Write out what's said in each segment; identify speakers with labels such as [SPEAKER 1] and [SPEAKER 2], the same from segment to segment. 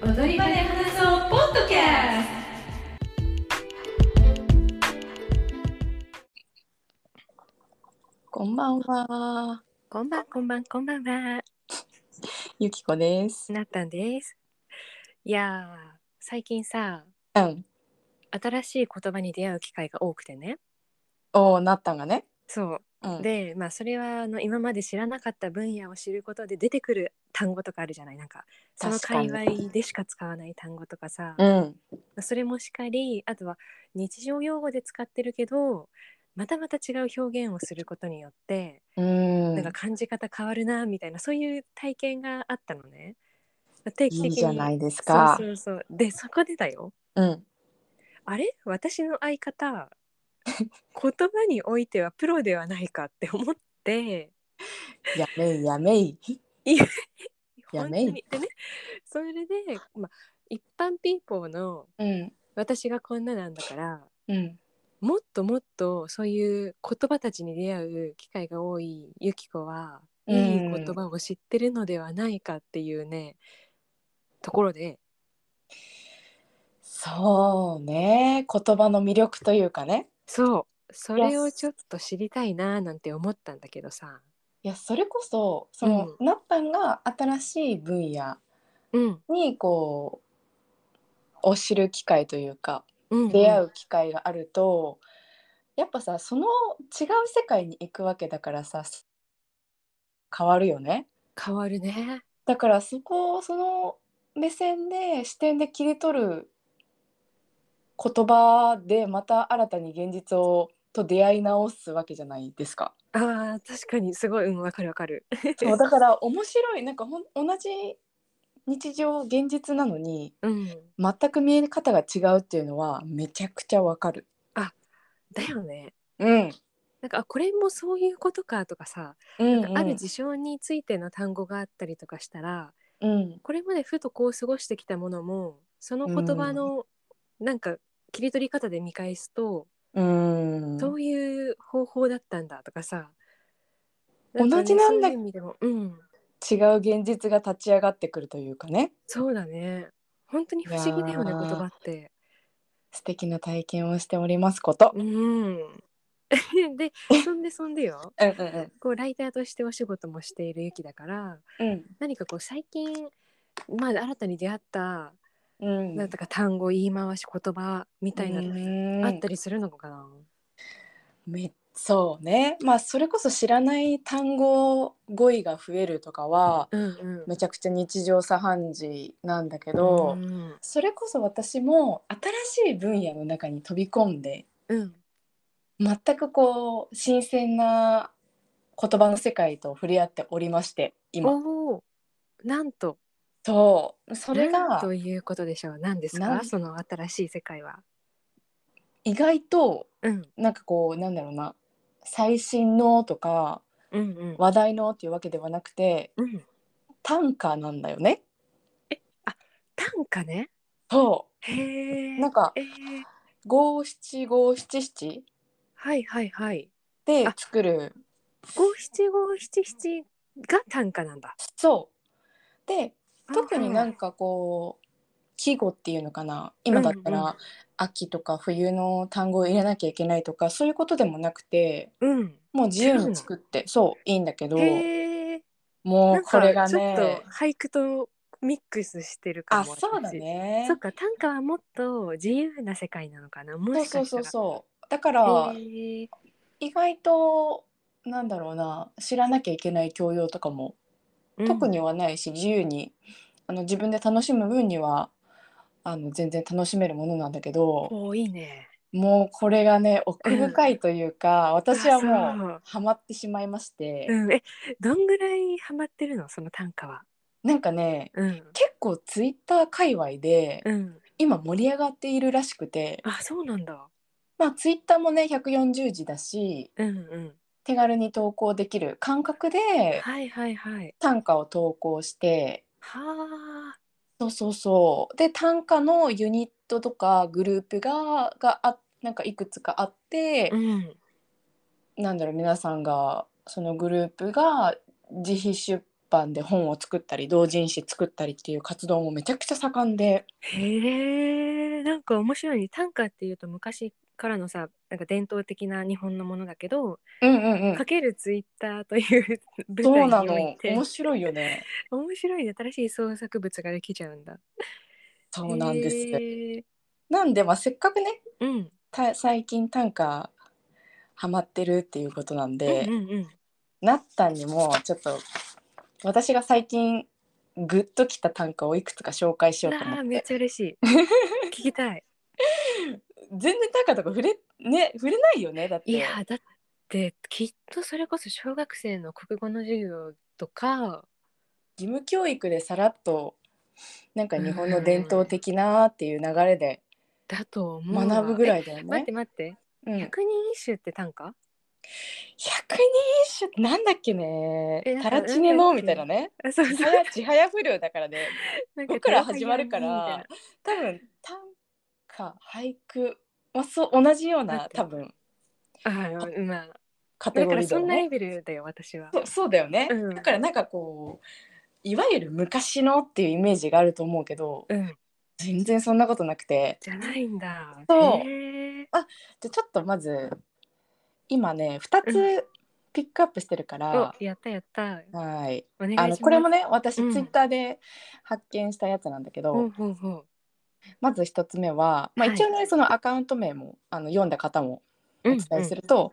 [SPEAKER 1] 踊り場で話そうポッドキャス
[SPEAKER 2] こんばんは。
[SPEAKER 3] こんばんこんばんこんばんは
[SPEAKER 2] ゆきこです。
[SPEAKER 3] なったんですいやー最近さ
[SPEAKER 2] うん。
[SPEAKER 3] 新しい言葉に出会う機会が多くてね
[SPEAKER 2] おお、なったんがね。。
[SPEAKER 3] そううんでまあそれはあの今まで知らなかった分野を知ることで出てくる単語とかあるじゃないなんかその界
[SPEAKER 2] 確かに
[SPEAKER 3] 隈でしか使わない単語とかさ
[SPEAKER 2] うん。
[SPEAKER 3] それもしかりあとは日常用語で使ってるけどまたまた違う表現をすることによって
[SPEAKER 2] うん。
[SPEAKER 3] なんか感じ方変わるなみたいなそういう体験があったのね。定期
[SPEAKER 2] い
[SPEAKER 3] 的に
[SPEAKER 2] いじゃないです
[SPEAKER 3] そう
[SPEAKER 2] か。
[SPEAKER 3] そうそうでそこでだよ
[SPEAKER 2] うん。
[SPEAKER 3] あれ私の相 方言葉においてはプロではないかって思って
[SPEAKER 2] やめいやめい。や
[SPEAKER 3] 本当
[SPEAKER 2] めい
[SPEAKER 3] にでねそれで、まあ、一般ピーポーの
[SPEAKER 2] うん。
[SPEAKER 3] 私がこんななんだから
[SPEAKER 2] うん。
[SPEAKER 3] もっともっとそういう言葉たちに出会う機会が多いユキコは
[SPEAKER 2] うん
[SPEAKER 3] いい言葉を知ってるのではないかっていうね、ところで
[SPEAKER 2] そうね。言葉の魅力というかね。
[SPEAKER 3] そうそれをちょっと知りたいななんて思ったんだけどさ。
[SPEAKER 2] いや、それこそ、その、なったんが新しい分野
[SPEAKER 3] うん
[SPEAKER 2] にこう。を知る機会というか、
[SPEAKER 3] うん
[SPEAKER 2] 出会う機会があると。やっぱさ、その違う世界に行くわけだからさ。変わるよね。
[SPEAKER 3] 変わるね
[SPEAKER 2] だからそこをその目線で視点で切り取る言葉でまた新たに現実をと出会い直すわけじゃないですか。
[SPEAKER 3] あー確かにすごいうんわかるわかる
[SPEAKER 2] そうだ から面白いなんかほん同じ日常現実なのに
[SPEAKER 3] うん
[SPEAKER 2] 全く見え方が違うっていうのはめちゃくちゃわかる。
[SPEAKER 3] だよね
[SPEAKER 2] うん、
[SPEAKER 3] なんかあこれもそういうことかとかさ、
[SPEAKER 2] うん
[SPEAKER 3] ある事象についての単語があったりとかしたら
[SPEAKER 2] うん、
[SPEAKER 3] これまでふとこう過ごしてきたものもその言葉のなんか切り取り方で見返すと、
[SPEAKER 2] うん、
[SPEAKER 3] そういう方法だったんだとかさ
[SPEAKER 2] 同じなんだ
[SPEAKER 3] そういう意味でもうん
[SPEAKER 2] 違う現実が立ち上がってくるというかね
[SPEAKER 3] そうだね本当に不思議だよね
[SPEAKER 2] い
[SPEAKER 3] 言
[SPEAKER 2] やー
[SPEAKER 3] 葉って。
[SPEAKER 2] 素敵な体験をしておりますこと。
[SPEAKER 3] うん、 でそんでそんでよ
[SPEAKER 2] うんうん
[SPEAKER 3] こうライターとしてお仕事もしているゆきだから
[SPEAKER 2] うん
[SPEAKER 3] 何かこう最近まあ新たに出会った
[SPEAKER 2] うん
[SPEAKER 3] なんとか単語言い回し言葉みたいなの
[SPEAKER 2] の
[SPEAKER 3] あったりするのかな、
[SPEAKER 2] めそうねまあそれこそ知らない単語語彙が増えるとかは
[SPEAKER 3] うんうん、
[SPEAKER 2] めちゃくちゃ日常茶飯事なんだけ
[SPEAKER 3] う
[SPEAKER 2] ど、
[SPEAKER 3] ん
[SPEAKER 2] それこそ私も新しい分野の中に飛び込んで
[SPEAKER 3] うん
[SPEAKER 2] 全くこう新鮮な言葉の世界と触れ合っておりまして今
[SPEAKER 3] おおなんと
[SPEAKER 2] そうそれ
[SPEAKER 3] なん
[SPEAKER 2] が
[SPEAKER 3] ということでしょう何です
[SPEAKER 2] な
[SPEAKER 3] か
[SPEAKER 2] ん
[SPEAKER 3] その新しい世界は。
[SPEAKER 2] 意外と
[SPEAKER 3] うん
[SPEAKER 2] なんかこうなんだろうな最新のとか
[SPEAKER 3] うんうん
[SPEAKER 2] 話題のっていうわけではなくて
[SPEAKER 3] うん、
[SPEAKER 2] 短歌なんだよね。
[SPEAKER 3] 短歌ね
[SPEAKER 2] そ
[SPEAKER 3] へえ
[SPEAKER 2] うなんか
[SPEAKER 3] えー、
[SPEAKER 2] 五七五七七
[SPEAKER 3] はいはいはい
[SPEAKER 2] で
[SPEAKER 3] あ
[SPEAKER 2] 作る
[SPEAKER 3] 五七五七七が短歌なんだ。
[SPEAKER 2] そうで特になん
[SPEAKER 3] か、
[SPEAKER 2] かこう季語っていうのかな今だった
[SPEAKER 3] うんう
[SPEAKER 2] ら秋とか冬の単語を入れなきゃいけないとかそういうことでもなくて
[SPEAKER 3] うん、
[SPEAKER 2] もう自由に作ってそういいんだけど
[SPEAKER 3] へえ、
[SPEAKER 2] も
[SPEAKER 3] な
[SPEAKER 2] うんこれ
[SPEAKER 3] か
[SPEAKER 2] が
[SPEAKER 3] ちょっ
[SPEAKER 2] ね
[SPEAKER 3] と俳句とミックスしてるかも
[SPEAKER 2] あ。そうだ
[SPEAKER 3] 私。
[SPEAKER 2] ね
[SPEAKER 3] そっか、短歌はもっと自由な世界なのかな。も
[SPEAKER 2] そう
[SPEAKER 3] し
[SPEAKER 2] そ
[SPEAKER 3] か
[SPEAKER 2] う
[SPEAKER 3] した
[SPEAKER 2] そう
[SPEAKER 3] ら。
[SPEAKER 2] そうだから
[SPEAKER 3] へえ
[SPEAKER 2] 意外となんだろうな知らなきゃいけない教養とかも
[SPEAKER 3] うん
[SPEAKER 2] 特にはないし自由にあの自分で楽しむ分にはあの全然楽しめるものなんだけど
[SPEAKER 3] おーいいね。
[SPEAKER 2] もうこれがね奥深いというか、私は
[SPEAKER 3] あ
[SPEAKER 2] も
[SPEAKER 3] そう
[SPEAKER 2] うハマってしまいまして、
[SPEAKER 3] うん、え、どんぐらいハマってるの、その短歌は。
[SPEAKER 2] なんかね
[SPEAKER 3] うん。
[SPEAKER 2] 結構ツイッター界隈で
[SPEAKER 3] うん。
[SPEAKER 2] 今盛り上がっているらしくて、
[SPEAKER 3] あ、そうなんだ。
[SPEAKER 2] まあツイッターもね140字だし
[SPEAKER 3] うんうん。
[SPEAKER 2] 手軽に投稿できる感覚で
[SPEAKER 3] はいはいはい。
[SPEAKER 2] 短歌を投稿して
[SPEAKER 3] はあ。
[SPEAKER 2] そうそうそう。で短歌のユニットとかグループががあなんかいくつかあって、
[SPEAKER 3] うん。
[SPEAKER 2] なんだろう皆さんがそのグループが自費出版で本を作ったり同人誌作ったりっていう活動もめちゃくちゃ盛んで
[SPEAKER 3] へえなんか面白いね短歌っていうと昔からのさなんか伝統的な日本のものだけど、
[SPEAKER 2] うんうんうん
[SPEAKER 3] かけるツイッターという 舞
[SPEAKER 2] そうな
[SPEAKER 3] 台に
[SPEAKER 2] の
[SPEAKER 3] おいて
[SPEAKER 2] 面白いよね
[SPEAKER 3] 面白いね新しい創作物ができちゃうんだ
[SPEAKER 2] そうなんですよ、
[SPEAKER 3] へえ
[SPEAKER 2] なんでまあせっかくね
[SPEAKER 3] うん
[SPEAKER 2] た最近短歌ハマってるっていうことなんで、
[SPEAKER 3] うんうんうん
[SPEAKER 2] なったんにもちょっと私が最近グッときた短歌をいくつか紹介しようと
[SPEAKER 3] あ
[SPEAKER 2] 思
[SPEAKER 3] ー
[SPEAKER 2] っ
[SPEAKER 3] めってちゃ嬉し い聞きたい
[SPEAKER 2] 全然短歌とか触れ,、ね、触れないよねだって
[SPEAKER 3] いやだってきっとそれこそ小学生の国語の授業とか
[SPEAKER 2] 義務教育でさらっとなんか日本の伝統的なっていう流れで
[SPEAKER 3] だと思うわ
[SPEAKER 2] 学ぶぐらいだよ
[SPEAKER 3] え待っ
[SPEAKER 2] ね
[SPEAKER 3] て。待って
[SPEAKER 2] うん、
[SPEAKER 3] 百人一首って短歌
[SPEAKER 2] 百人一首ってなんだっけね
[SPEAKER 3] えなん
[SPEAKER 2] タ
[SPEAKER 3] か
[SPEAKER 2] ラチネのみたいなね
[SPEAKER 3] あそう
[SPEAKER 2] ちはやちはや不良だからね
[SPEAKER 3] なん
[SPEAKER 2] 僕ら始まるから多分短歌俳句、まあ、そう同じよう
[SPEAKER 3] だっ
[SPEAKER 2] な
[SPEAKER 3] て
[SPEAKER 2] 多分
[SPEAKER 3] あーまあ
[SPEAKER 2] カテ
[SPEAKER 3] だ
[SPEAKER 2] ゴ
[SPEAKER 3] か
[SPEAKER 2] リー
[SPEAKER 3] ら
[SPEAKER 2] だ
[SPEAKER 3] そ
[SPEAKER 2] よ
[SPEAKER 3] んなレ
[SPEAKER 2] ね
[SPEAKER 3] ベルだよ私は
[SPEAKER 2] そうそうだよね、
[SPEAKER 3] うん
[SPEAKER 2] だからなんかこういわゆる昔のっていうイメージがあると思うけど
[SPEAKER 3] うん
[SPEAKER 2] 全然そんなことなくて
[SPEAKER 3] じゃないんだ
[SPEAKER 2] そう
[SPEAKER 3] へー
[SPEAKER 2] じゃあちょっとまず今ね2つピックアップしてるから、
[SPEAKER 3] おやったやった
[SPEAKER 2] はい
[SPEAKER 3] お願いし
[SPEAKER 2] あ
[SPEAKER 3] ま
[SPEAKER 2] の
[SPEAKER 3] す
[SPEAKER 2] これもね私ツ
[SPEAKER 3] う
[SPEAKER 2] イ
[SPEAKER 3] ん
[SPEAKER 2] ッターで発見したやつなんだけど、
[SPEAKER 3] ほうほうほう
[SPEAKER 2] まず1つ目は、まあ、
[SPEAKER 3] はい
[SPEAKER 2] 一応ね、そのアカウント名もあの読んだ方も
[SPEAKER 3] お
[SPEAKER 2] お伝えすると、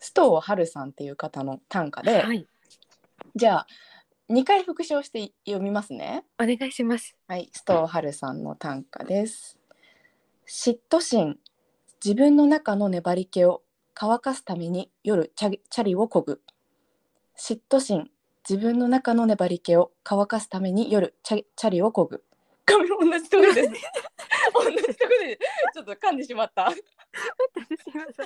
[SPEAKER 2] 須藤春さんっていう方の短歌で、
[SPEAKER 3] はい
[SPEAKER 2] じゃあ2回復唱して読みますね。
[SPEAKER 3] お願いします
[SPEAKER 2] はい、須藤春さんの短歌です。嫉妬心、自分の中の粘り気を乾かすために夜チャリチャリをこぐ。嫉妬心、自分の中の粘り気を乾かすために夜チャリチャリをこぐ。同じところで 同じところでちょっと噛んでしまった。
[SPEAKER 3] 私今さ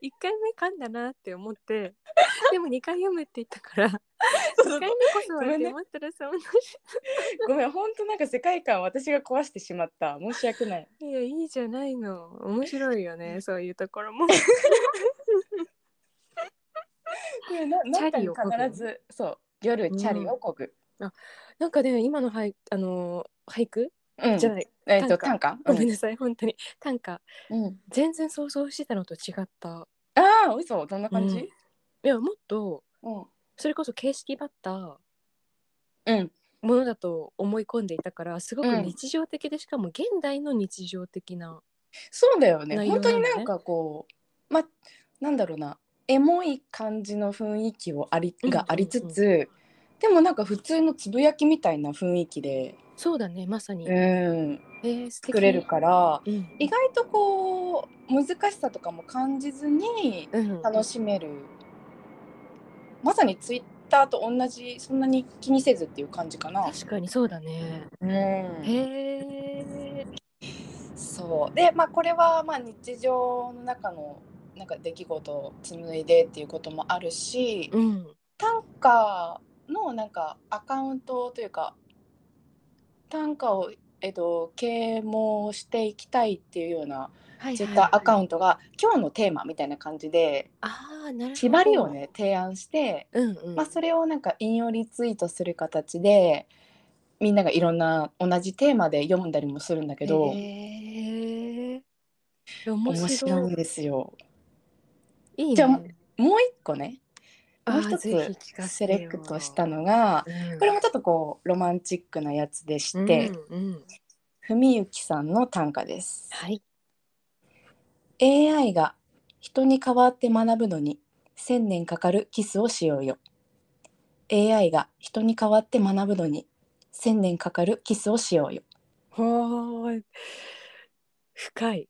[SPEAKER 3] 一回目噛んだなって思ってでも二回読むって言ったから一回目こそはって思ったらさ同
[SPEAKER 2] ごめん、本当なんか世界観私が壊してしまった。申し訳ない。
[SPEAKER 3] じいやいいじゃないの面白いよねそういうところも
[SPEAKER 2] これな
[SPEAKER 3] チ
[SPEAKER 2] な
[SPEAKER 3] ャ
[SPEAKER 2] んか
[SPEAKER 3] リ
[SPEAKER 2] に
[SPEAKER 3] をこぐ
[SPEAKER 2] 必ずそう夜チャリをこぐ。
[SPEAKER 3] なんかね今の俳あのー俳句、
[SPEAKER 2] うん
[SPEAKER 3] じゃない
[SPEAKER 2] えっ、と短
[SPEAKER 3] 短
[SPEAKER 2] 歌。
[SPEAKER 3] ごめんなさい、本当に短歌
[SPEAKER 2] うんうん
[SPEAKER 3] 全然想像してたのと違った
[SPEAKER 2] ああ、嘘、どんな感じ。
[SPEAKER 3] いやもっと
[SPEAKER 2] うん。
[SPEAKER 3] それこそ形式ばった
[SPEAKER 2] うん。
[SPEAKER 3] ものだと思い込んでいたからすごく
[SPEAKER 2] うん
[SPEAKER 3] 日常的で、しかも現代の日常的な
[SPEAKER 2] そうだよね。
[SPEAKER 3] 内容
[SPEAKER 2] 本
[SPEAKER 3] なん
[SPEAKER 2] 当
[SPEAKER 3] だね
[SPEAKER 2] になんかこう、まなんだろうな。エモい感じの雰囲気をあり、
[SPEAKER 3] うんうんうん
[SPEAKER 2] がありつつ。でもなんか普通のつぶやきみたいな雰囲気で、
[SPEAKER 3] そうだねまさに、
[SPEAKER 2] う
[SPEAKER 3] え
[SPEAKER 2] ん、
[SPEAKER 3] ー素敵
[SPEAKER 2] 作れるから
[SPEAKER 3] うん
[SPEAKER 2] 意外とこう難しさとかも感じずに
[SPEAKER 3] うん、
[SPEAKER 2] 楽しめる、まさにツイッターと同じそんなに気にせずっていう感じかな。
[SPEAKER 3] 確かにそうだね、
[SPEAKER 2] うん、
[SPEAKER 3] へえ
[SPEAKER 2] そうでまあこれはまあ日常の中のなんか出来事を紡いでっていうこともあるし
[SPEAKER 3] うん
[SPEAKER 2] 短歌のなんかアカウントというか短歌を、えっと、啓蒙していきたいっていうような
[SPEAKER 3] はい
[SPEAKER 2] ツイッターアカ
[SPEAKER 3] ント
[SPEAKER 2] ウントが今日のテーマみたいな感じで
[SPEAKER 3] ああなるほど
[SPEAKER 2] 縛りをね提案して、
[SPEAKER 3] うんうん、
[SPEAKER 2] まあ、それをなんか引用リツイートする形でみんながいろんな同じテーマで読んだりもするんだけど
[SPEAKER 3] へえ面
[SPEAKER 2] 面
[SPEAKER 3] 白い
[SPEAKER 2] 白いんですよ。
[SPEAKER 3] いいね
[SPEAKER 2] じゃあもう一個ね
[SPEAKER 3] あー
[SPEAKER 2] もう一
[SPEAKER 3] ぜひ聞か
[SPEAKER 2] つセ
[SPEAKER 3] せてよ
[SPEAKER 2] レクトしたのが
[SPEAKER 3] うん
[SPEAKER 2] これもちょっとこうロマンチックなやつでして、
[SPEAKER 3] うんうん
[SPEAKER 2] 文幸さんの短歌です。
[SPEAKER 3] はい、
[SPEAKER 2] AI が人に代わって学ぶのに千年かかるキスをしようよ。AI が人に代わって学ぶのに千年かかるキスをしようよ。
[SPEAKER 3] ほーい 深い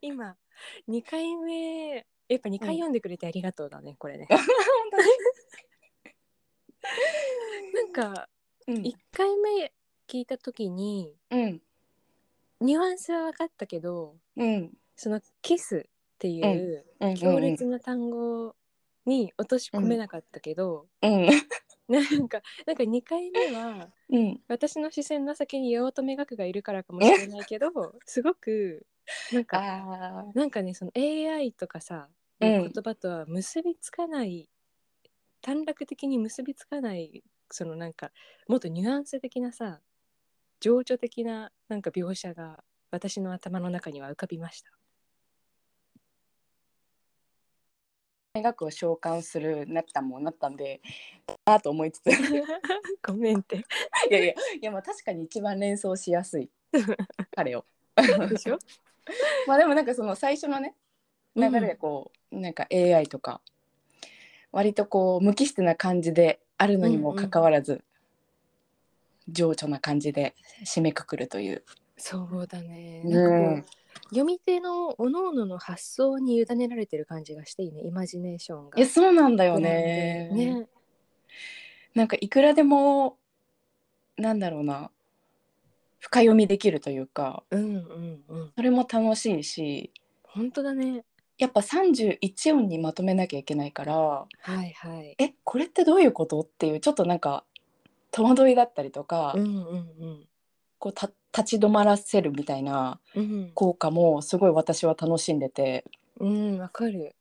[SPEAKER 3] 今二回目やっぱ二回
[SPEAKER 2] うん
[SPEAKER 3] 読んでくれてありがとうだね、これ ねなんか
[SPEAKER 2] うん
[SPEAKER 3] 一回目聞いた時に
[SPEAKER 2] うん
[SPEAKER 3] ニュアンスは分かったけど
[SPEAKER 2] うん
[SPEAKER 3] そのキスっていう
[SPEAKER 2] うん
[SPEAKER 3] 強烈な単語に落とし込めなかったけど、
[SPEAKER 2] うん
[SPEAKER 3] なんかなんか二回目は
[SPEAKER 2] うん
[SPEAKER 3] 私の視線の先に八乙女学がいるからかもしれないけどすごくなんか
[SPEAKER 2] あ
[SPEAKER 3] なんかねその AI とか
[SPEAKER 2] う
[SPEAKER 3] さ、
[SPEAKER 2] ん
[SPEAKER 3] 言葉とは結びつかない短絡的に結びつかないそのなんかもっとニュアンス的なさ情緒的ななんか描写が私の頭の中には浮かびました。
[SPEAKER 2] 学を召喚するなったもんなったんでなあと思いつつい
[SPEAKER 3] ごめんって。
[SPEAKER 2] や いやいやまあ確かに一番連想しや すい彼を
[SPEAKER 3] でしょ
[SPEAKER 2] まあでもなんかその最初のね流れでこう、なんか AI とか割とこう無機質な感じであるのにもかかわらず、情緒な感じで締めくくるという。
[SPEAKER 3] そうだね。
[SPEAKER 2] ね
[SPEAKER 3] なんかこう、読み手の各々の発想に委ねられてる感じがしていいね。イマジネーションが。
[SPEAKER 2] えそうなんだ
[SPEAKER 3] 膨ら
[SPEAKER 2] よ
[SPEAKER 3] んで
[SPEAKER 2] ね
[SPEAKER 3] ね。
[SPEAKER 2] なんかいくらでもなんだろうな深読みできるというか
[SPEAKER 3] うんうんうん。
[SPEAKER 2] それも楽しいし
[SPEAKER 3] 本当だね。
[SPEAKER 2] やっぱ31音にまとめなきゃいけないから
[SPEAKER 3] はいはい。
[SPEAKER 2] えこれってどういうことっていうちょっとなんか戸惑いだったりとか、
[SPEAKER 3] うんうん
[SPEAKER 2] こうた立ち止まらせるみたいな
[SPEAKER 3] うん。うん。
[SPEAKER 2] 効果もすごい私は楽しんでて
[SPEAKER 3] うん、わかる。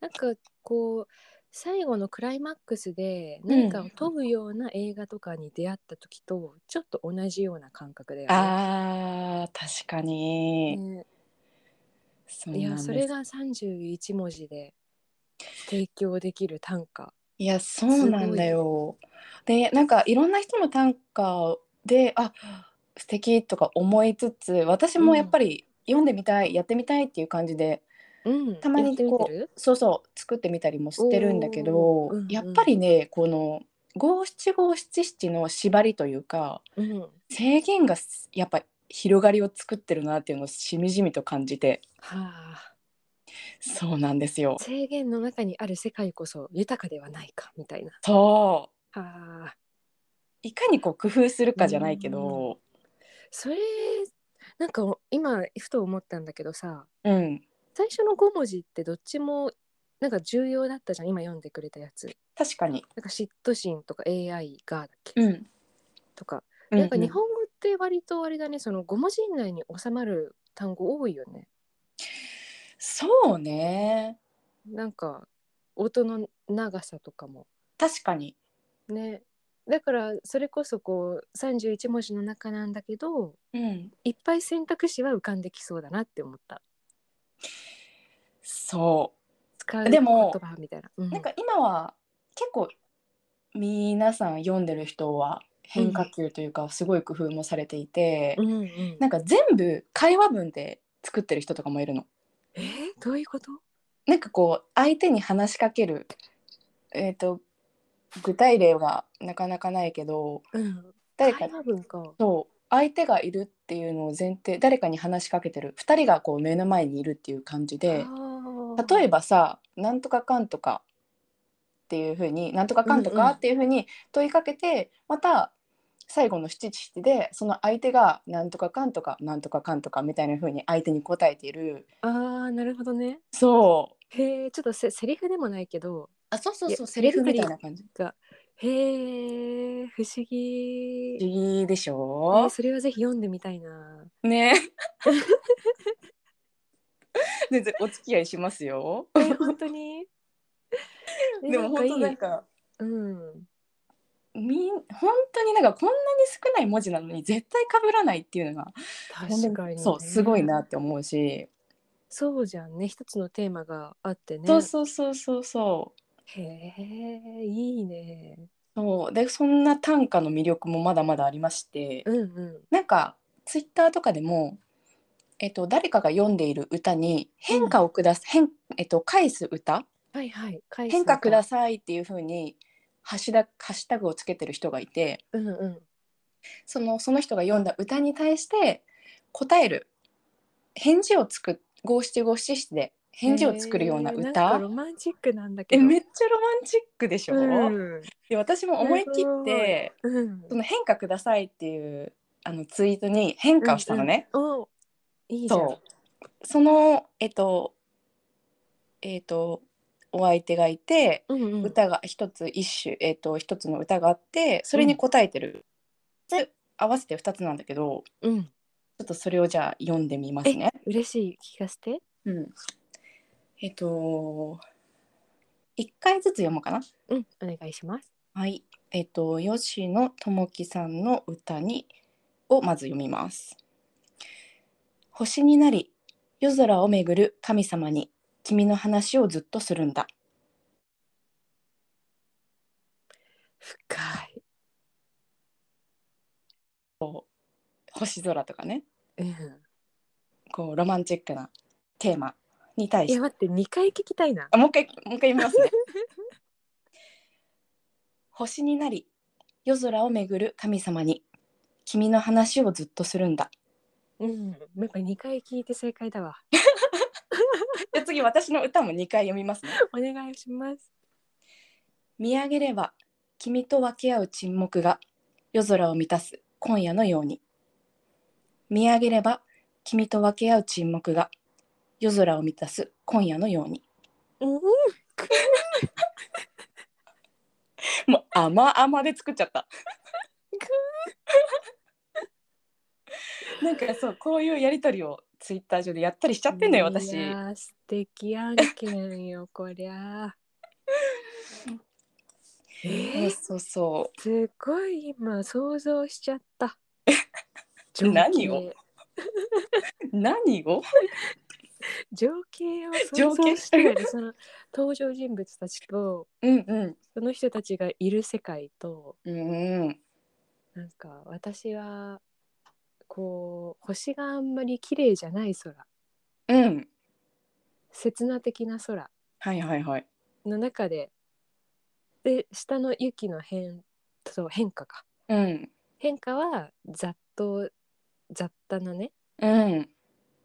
[SPEAKER 3] なんかこう最後のクライマックスで何かを飛ぶような映画とかに出会った時とちょっと同じような感覚だよね。
[SPEAKER 2] あー確かに、
[SPEAKER 3] ね
[SPEAKER 2] そう
[SPEAKER 3] い
[SPEAKER 2] なん
[SPEAKER 3] や
[SPEAKER 2] です
[SPEAKER 3] それが31文字で提供できる短歌。
[SPEAKER 2] いやそうなんだよ。でなんかいろんな人の短歌であ素敵とか思いつつ私もやっぱり読んでみたい、やってみたいっていう感じで
[SPEAKER 3] うん、
[SPEAKER 2] たまに
[SPEAKER 3] やってみてる
[SPEAKER 2] そうそう作ってみたりもしてるんだけど、
[SPEAKER 3] おーうんうん
[SPEAKER 2] やっぱりねこの五七五七七の縛りというか
[SPEAKER 3] うん、
[SPEAKER 2] 制限がすやっぱ広がりを作ってるなっていうのをしみじみと感じて
[SPEAKER 3] はあ
[SPEAKER 2] そうなんですよ。
[SPEAKER 3] 制限の中にある世界こそ豊かではないかみたいな。
[SPEAKER 2] そう
[SPEAKER 3] はあ
[SPEAKER 2] いかにこう工夫するかじゃないけど、
[SPEAKER 3] それなんか今ふと思ったんだけどさ、
[SPEAKER 2] うん、
[SPEAKER 3] 最初の5文字ってどっちもなんか重要だったじゃん今読んでくれたやつ
[SPEAKER 2] 確かに。
[SPEAKER 3] なんか嫉妬心とか AI がだっけ、
[SPEAKER 2] うん
[SPEAKER 3] とか
[SPEAKER 2] うう
[SPEAKER 3] なんか日本語って割とあれだねその5文字以内に収まる単語多いよね
[SPEAKER 2] そうね
[SPEAKER 3] なんか音の長さとかも
[SPEAKER 2] 確かに
[SPEAKER 3] ねだからそれこそこう31文字の中なんだけど
[SPEAKER 2] うん
[SPEAKER 3] いっぱい選択肢は浮かんできそうだなって思った
[SPEAKER 2] そ
[SPEAKER 3] 使う
[SPEAKER 2] で
[SPEAKER 3] 言
[SPEAKER 2] も
[SPEAKER 3] 葉みたいな、う
[SPEAKER 2] うなんか今は結構皆さん読んでる人は変化球というかすごい工夫もされていて、
[SPEAKER 3] うんうん
[SPEAKER 2] なんか全部会話文で作ってる人とかもいるの。
[SPEAKER 3] えーどういうこと
[SPEAKER 2] なんかこう相手に話しかけるえっ、と具体例がなかなかないけど
[SPEAKER 3] うん
[SPEAKER 2] 誰か
[SPEAKER 3] 会話文か
[SPEAKER 2] と相手がいるっていうのを前提誰かに話しかけてる2人がこう目の前にいるっていう感じで。例え
[SPEAKER 3] ば
[SPEAKER 2] ばさ「なんとかかんとか」っていうふうに「なんとかかんと
[SPEAKER 3] うん
[SPEAKER 2] か」
[SPEAKER 3] うん
[SPEAKER 2] っていうふうに問いかけて、また最後の七七でその相手が「なんとかかんとか」「なんとかかんとか」みたいなふうに相手に答えている
[SPEAKER 3] あーなるほどね
[SPEAKER 2] そう
[SPEAKER 3] へえちょっとせセリフでもないけど
[SPEAKER 2] あそうそう
[SPEAKER 3] そうセ
[SPEAKER 2] セ
[SPEAKER 3] リ
[SPEAKER 2] リ
[SPEAKER 3] フ
[SPEAKER 2] フ
[SPEAKER 3] み
[SPEAKER 2] み
[SPEAKER 3] た
[SPEAKER 2] たい
[SPEAKER 3] いな
[SPEAKER 2] な感じ。
[SPEAKER 3] へえ不思議、ね
[SPEAKER 2] いいでしょ
[SPEAKER 3] それはぜひ読んでみたいな
[SPEAKER 2] うね 全然お付き合いしますよ。
[SPEAKER 3] え本当 にえ
[SPEAKER 2] でも本当なんか
[SPEAKER 3] うん
[SPEAKER 2] みん本当になんかこんなに少ない文字なのに絶対被らないっていうのが
[SPEAKER 3] 確かに、ね、
[SPEAKER 2] そうすごいなって思うし、
[SPEAKER 3] そうじゃんね一つのテーマがあってね
[SPEAKER 2] そうそうそうそうそう
[SPEAKER 3] へえいいね
[SPEAKER 2] そうでそんな短歌の魅力もまだまだありまして、
[SPEAKER 3] うんうん
[SPEAKER 2] なんかツイッターとかでも、えっと、誰かが読んでいる歌に変化を下す、変えっと、返す歌
[SPEAKER 3] はいはい返す
[SPEAKER 2] 変化くだ
[SPEAKER 3] さ
[SPEAKER 2] さいっていう風にハッシュタグハッシュタグをつけてる人がいて
[SPEAKER 3] うんう
[SPEAKER 2] そのその人が読んだ歌に対して答える返事を作る五七五七七で
[SPEAKER 3] ん
[SPEAKER 2] 返事を作るような
[SPEAKER 3] へえんか
[SPEAKER 2] 歌
[SPEAKER 3] ロマンチックなんだけ
[SPEAKER 2] え
[SPEAKER 3] ど
[SPEAKER 2] めっちゃロマンチックでしょ、
[SPEAKER 3] うん
[SPEAKER 2] で私も思い切って
[SPEAKER 3] うん
[SPEAKER 2] その変化くださいっていうあのツイートに変化をしたのね。
[SPEAKER 3] おいいじゃん。
[SPEAKER 2] そうそのえっとえっとお相手がいて
[SPEAKER 3] うんうん、
[SPEAKER 2] 歌が一つ一首、えっと一つの歌があってそれに答えてる、で合わせて二つなんだけど
[SPEAKER 3] うん、
[SPEAKER 2] ちょっとそれをじゃあ読んでみますね。
[SPEAKER 3] 嬉しい聞かせて。
[SPEAKER 2] うん、えっと一回ずつ読もうかな。
[SPEAKER 3] うん、お願いします。
[SPEAKER 2] はい、えっと吉野智樹さんの歌にをまず読みます。星になり夜空をめぐる神様に君の話をずっとするんだ。
[SPEAKER 3] 深い。
[SPEAKER 2] 星空とかね、
[SPEAKER 3] うん、
[SPEAKER 2] こうロマンチックなテーマに対
[SPEAKER 3] い
[SPEAKER 2] し
[SPEAKER 3] や
[SPEAKER 2] て。
[SPEAKER 3] 待って2回聞きたいな
[SPEAKER 2] あ。もう一回もう一回読みます ね。星になり夜空をめぐる神様に君の話をずっとするんだ。
[SPEAKER 3] うん、やっぱ2回聞いて正解だわ。
[SPEAKER 2] じゃあ次私の歌も二回読みますね。
[SPEAKER 3] お願いします。
[SPEAKER 2] 見上げれば君と分け合う沈黙が夜空を満たす今夜のように見上げれば君と分け合う沈黙が夜空を満たす今夜のように
[SPEAKER 3] うん、
[SPEAKER 2] もう甘々で作っちゃったなんかそうこういうやり取りをツイッター上でやったりしちゃってんのよ私
[SPEAKER 3] いやー素敵案件よこりゃ ー。え
[SPEAKER 2] そうそう
[SPEAKER 3] ー、
[SPEAKER 2] そ
[SPEAKER 3] すごい今想像しちゃった。
[SPEAKER 2] 何をう何を
[SPEAKER 3] 情景を想像してるよねその登場人物たちと
[SPEAKER 2] うんうん
[SPEAKER 3] その人たちがいる世界と
[SPEAKER 2] うんうん
[SPEAKER 3] なんか私はこう星があんまり綺麗じゃない空
[SPEAKER 2] うん
[SPEAKER 3] 刹那的な空
[SPEAKER 2] はいはいはい
[SPEAKER 3] の中でで下の雪の変そう変化か
[SPEAKER 2] うん
[SPEAKER 3] 変化は雑踏雑多なね
[SPEAKER 2] うん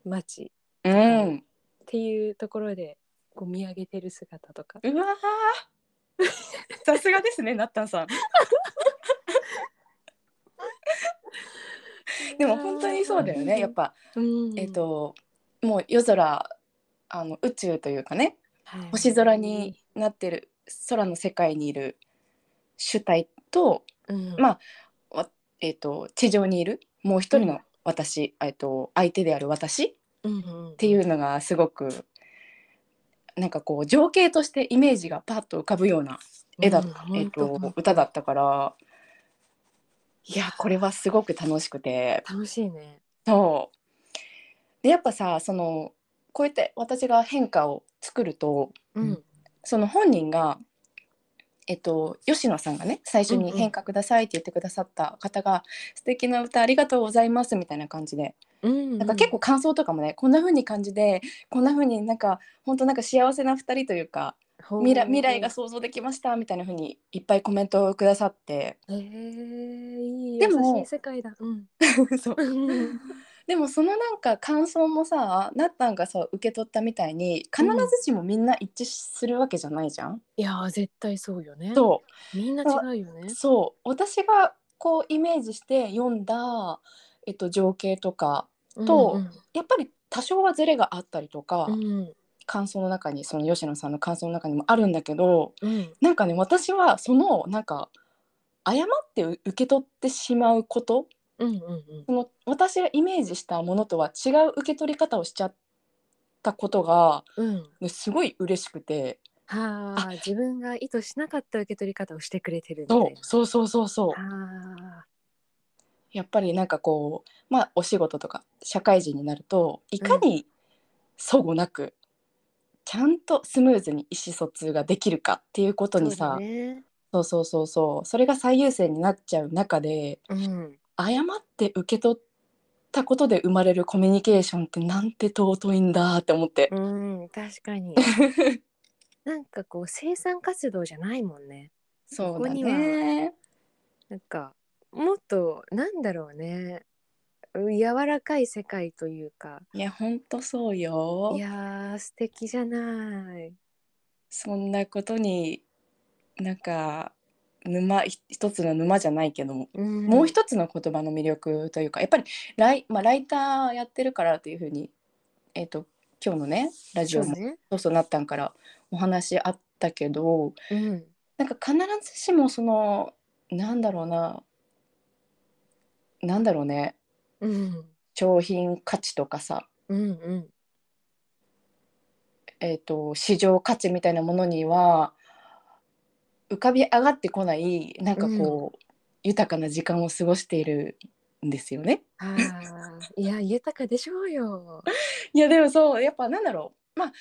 [SPEAKER 3] 街
[SPEAKER 2] うん
[SPEAKER 3] っていうところでこう見上げてる姿とか
[SPEAKER 2] うわーさすがですね、なったんさん。でも本当にそうだよね。やっ、ぱ、
[SPEAKER 3] うん
[SPEAKER 2] えっ、と、もう夜空、あの宇宙というかね、
[SPEAKER 3] はい
[SPEAKER 2] 星空になってる空の世界にいる主体と、
[SPEAKER 3] うん
[SPEAKER 2] まあわえっと地上にいるもう一人の私、えっと相手である私っ
[SPEAKER 3] うんうん、って
[SPEAKER 2] いうのがすごく。なんかこう情景としてイメージがパッと浮かぶような絵だ、えっと歌だったからいやこれはすごく楽しくて
[SPEAKER 3] 楽しいね。
[SPEAKER 2] そうでやっぱさそのこうやって私が変化を作ると
[SPEAKER 3] うん
[SPEAKER 2] その本人がえっと吉野さんがね最初
[SPEAKER 3] う
[SPEAKER 2] に
[SPEAKER 3] んうん
[SPEAKER 2] 「変化ください」って言ってくださった方が「素敵な歌ありがとうございます」みたいな感じで
[SPEAKER 3] うん
[SPEAKER 2] なんか結構感想とかもねこんな風に感じでこんな風になんか本当なんか幸せな2人というか
[SPEAKER 3] 構
[SPEAKER 2] 未来未来が想像できましたみたいな風にいっぱいコメントをくださって。
[SPEAKER 3] えー、いい
[SPEAKER 2] でも
[SPEAKER 3] 優しい世界だ。うん。
[SPEAKER 2] そう
[SPEAKER 3] うん
[SPEAKER 2] でもそのなんか感想もさなったんがさ受け取ったみたいに必ずしもみんな一致するわけじゃないじゃん。
[SPEAKER 3] いやー絶対そうよね。
[SPEAKER 2] そ
[SPEAKER 3] みんな違うよね
[SPEAKER 2] う。そう私がこうイメージして読んだ、えっと、情景とかとやっぱり多少はズレがあったりとか、
[SPEAKER 3] うんうん
[SPEAKER 2] 感想の中にその吉野さんの感想の中にもあるんだけど
[SPEAKER 3] うん
[SPEAKER 2] なんかね私はそのなんか誤って受受け取ってしまうこと
[SPEAKER 3] うんうんうん
[SPEAKER 2] その私がイメージしたものとは違う受け取り方をしちゃったことが、
[SPEAKER 3] うん。
[SPEAKER 2] ね、すごい嬉しくて
[SPEAKER 3] はあ自分が意図しなかった受け取り方をしてくれてるみたい
[SPEAKER 2] そうそうそうそうそう
[SPEAKER 3] な。あ
[SPEAKER 2] やっぱりなんかこうまあお仕事とか社会人になるといかに齟齬なく、ちゃんとスムーズに意思疎通ができるかっていうこと
[SPEAKER 3] ー
[SPEAKER 2] にさ
[SPEAKER 3] そうだね
[SPEAKER 2] そう,、そうそうそうそれが最優先になっちゃう中で
[SPEAKER 3] うん。
[SPEAKER 2] 誤って受け取ったことで生まれるコミュニケーションってなんて尊いんだって思って、
[SPEAKER 3] うん確 かに。なんかこう生産活動じゃないもんね。
[SPEAKER 2] そう
[SPEAKER 3] こ
[SPEAKER 2] だ
[SPEAKER 3] こには
[SPEAKER 2] ね
[SPEAKER 3] なんかもっとなんだろうねうん柔らかい世界というか
[SPEAKER 2] いやほんとそうよ
[SPEAKER 3] いやー素敵じゃない
[SPEAKER 2] そんなことになんか沼ひ一つの沼じゃないけども、も
[SPEAKER 3] も
[SPEAKER 2] う一つの言葉の魅力というかやっぱりライ,、まあ、ライターやってるからというふうに、えっと今日のねラジ
[SPEAKER 3] そ
[SPEAKER 2] オ
[SPEAKER 3] う
[SPEAKER 2] も
[SPEAKER 3] ね、
[SPEAKER 2] そうそうなったんからお話あったけど
[SPEAKER 3] うん、
[SPEAKER 2] なんか必ずしもそのなんだろうななんだろうね
[SPEAKER 3] うん
[SPEAKER 2] 商品価値とかさ、
[SPEAKER 3] うんうん
[SPEAKER 2] えっと市場価値みたいなものには浮かび上がってこないなんかこう、豊かな時間を過ごしているんですよね。
[SPEAKER 3] あーいや豊かでしょうよ。
[SPEAKER 2] いやでもそうやっぱなんだろうまあ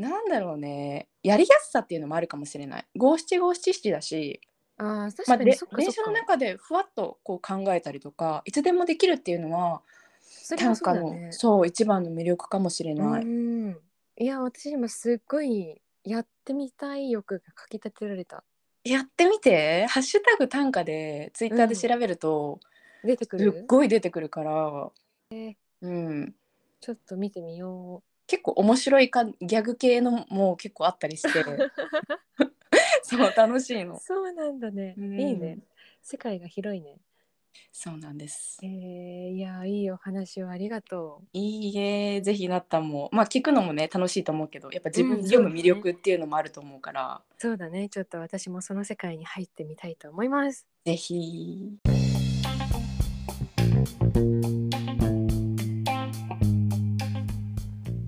[SPEAKER 2] なんだろうねやりやすさっていうのもあるかもしれない五七五七七だし、
[SPEAKER 3] ああ確
[SPEAKER 2] まあ、
[SPEAKER 3] かに、
[SPEAKER 2] で
[SPEAKER 3] そっかそ
[SPEAKER 2] 電
[SPEAKER 3] っ
[SPEAKER 2] 車の
[SPEAKER 3] か。
[SPEAKER 2] 中でふわっとこう考えたりとかいつでもできるっていうのは
[SPEAKER 3] それ
[SPEAKER 2] 短歌
[SPEAKER 3] はそうだ
[SPEAKER 2] のそう,、
[SPEAKER 3] ね。
[SPEAKER 2] 一番の魅力かもしれない。
[SPEAKER 3] うん。いや私今すっごいやってみたい欲がかき立てられた。
[SPEAKER 2] やってみて「ハッシュタグ短歌」でツイッターで
[SPEAKER 3] うん
[SPEAKER 2] 調べると、
[SPEAKER 3] 出てく
[SPEAKER 2] すっ
[SPEAKER 3] る？
[SPEAKER 2] ごい出てくるから、うん、
[SPEAKER 3] ちょっと見てみよ。
[SPEAKER 2] 結構面白いかギャグ系のも結構あったりしてそう楽しいうの
[SPEAKER 3] そうなんだね。
[SPEAKER 2] うん
[SPEAKER 3] いいね。世界が広いね。
[SPEAKER 2] そうなんです
[SPEAKER 3] えー、いやいいお話をありがとう。
[SPEAKER 2] いいえぜひなったもまあ聞くのもね楽しいと思うけどやっぱ自
[SPEAKER 3] う
[SPEAKER 2] 分
[SPEAKER 3] ん
[SPEAKER 2] 読む
[SPEAKER 3] そうだね
[SPEAKER 2] 魅力っていうのもあると思うから、
[SPEAKER 3] そうだね。ちょっと私もその世界に入ってみたいと思います。
[SPEAKER 2] ぜひ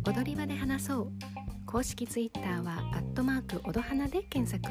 [SPEAKER 4] 踊り場で話そう公式ツイッターはアットマークおどはなで検索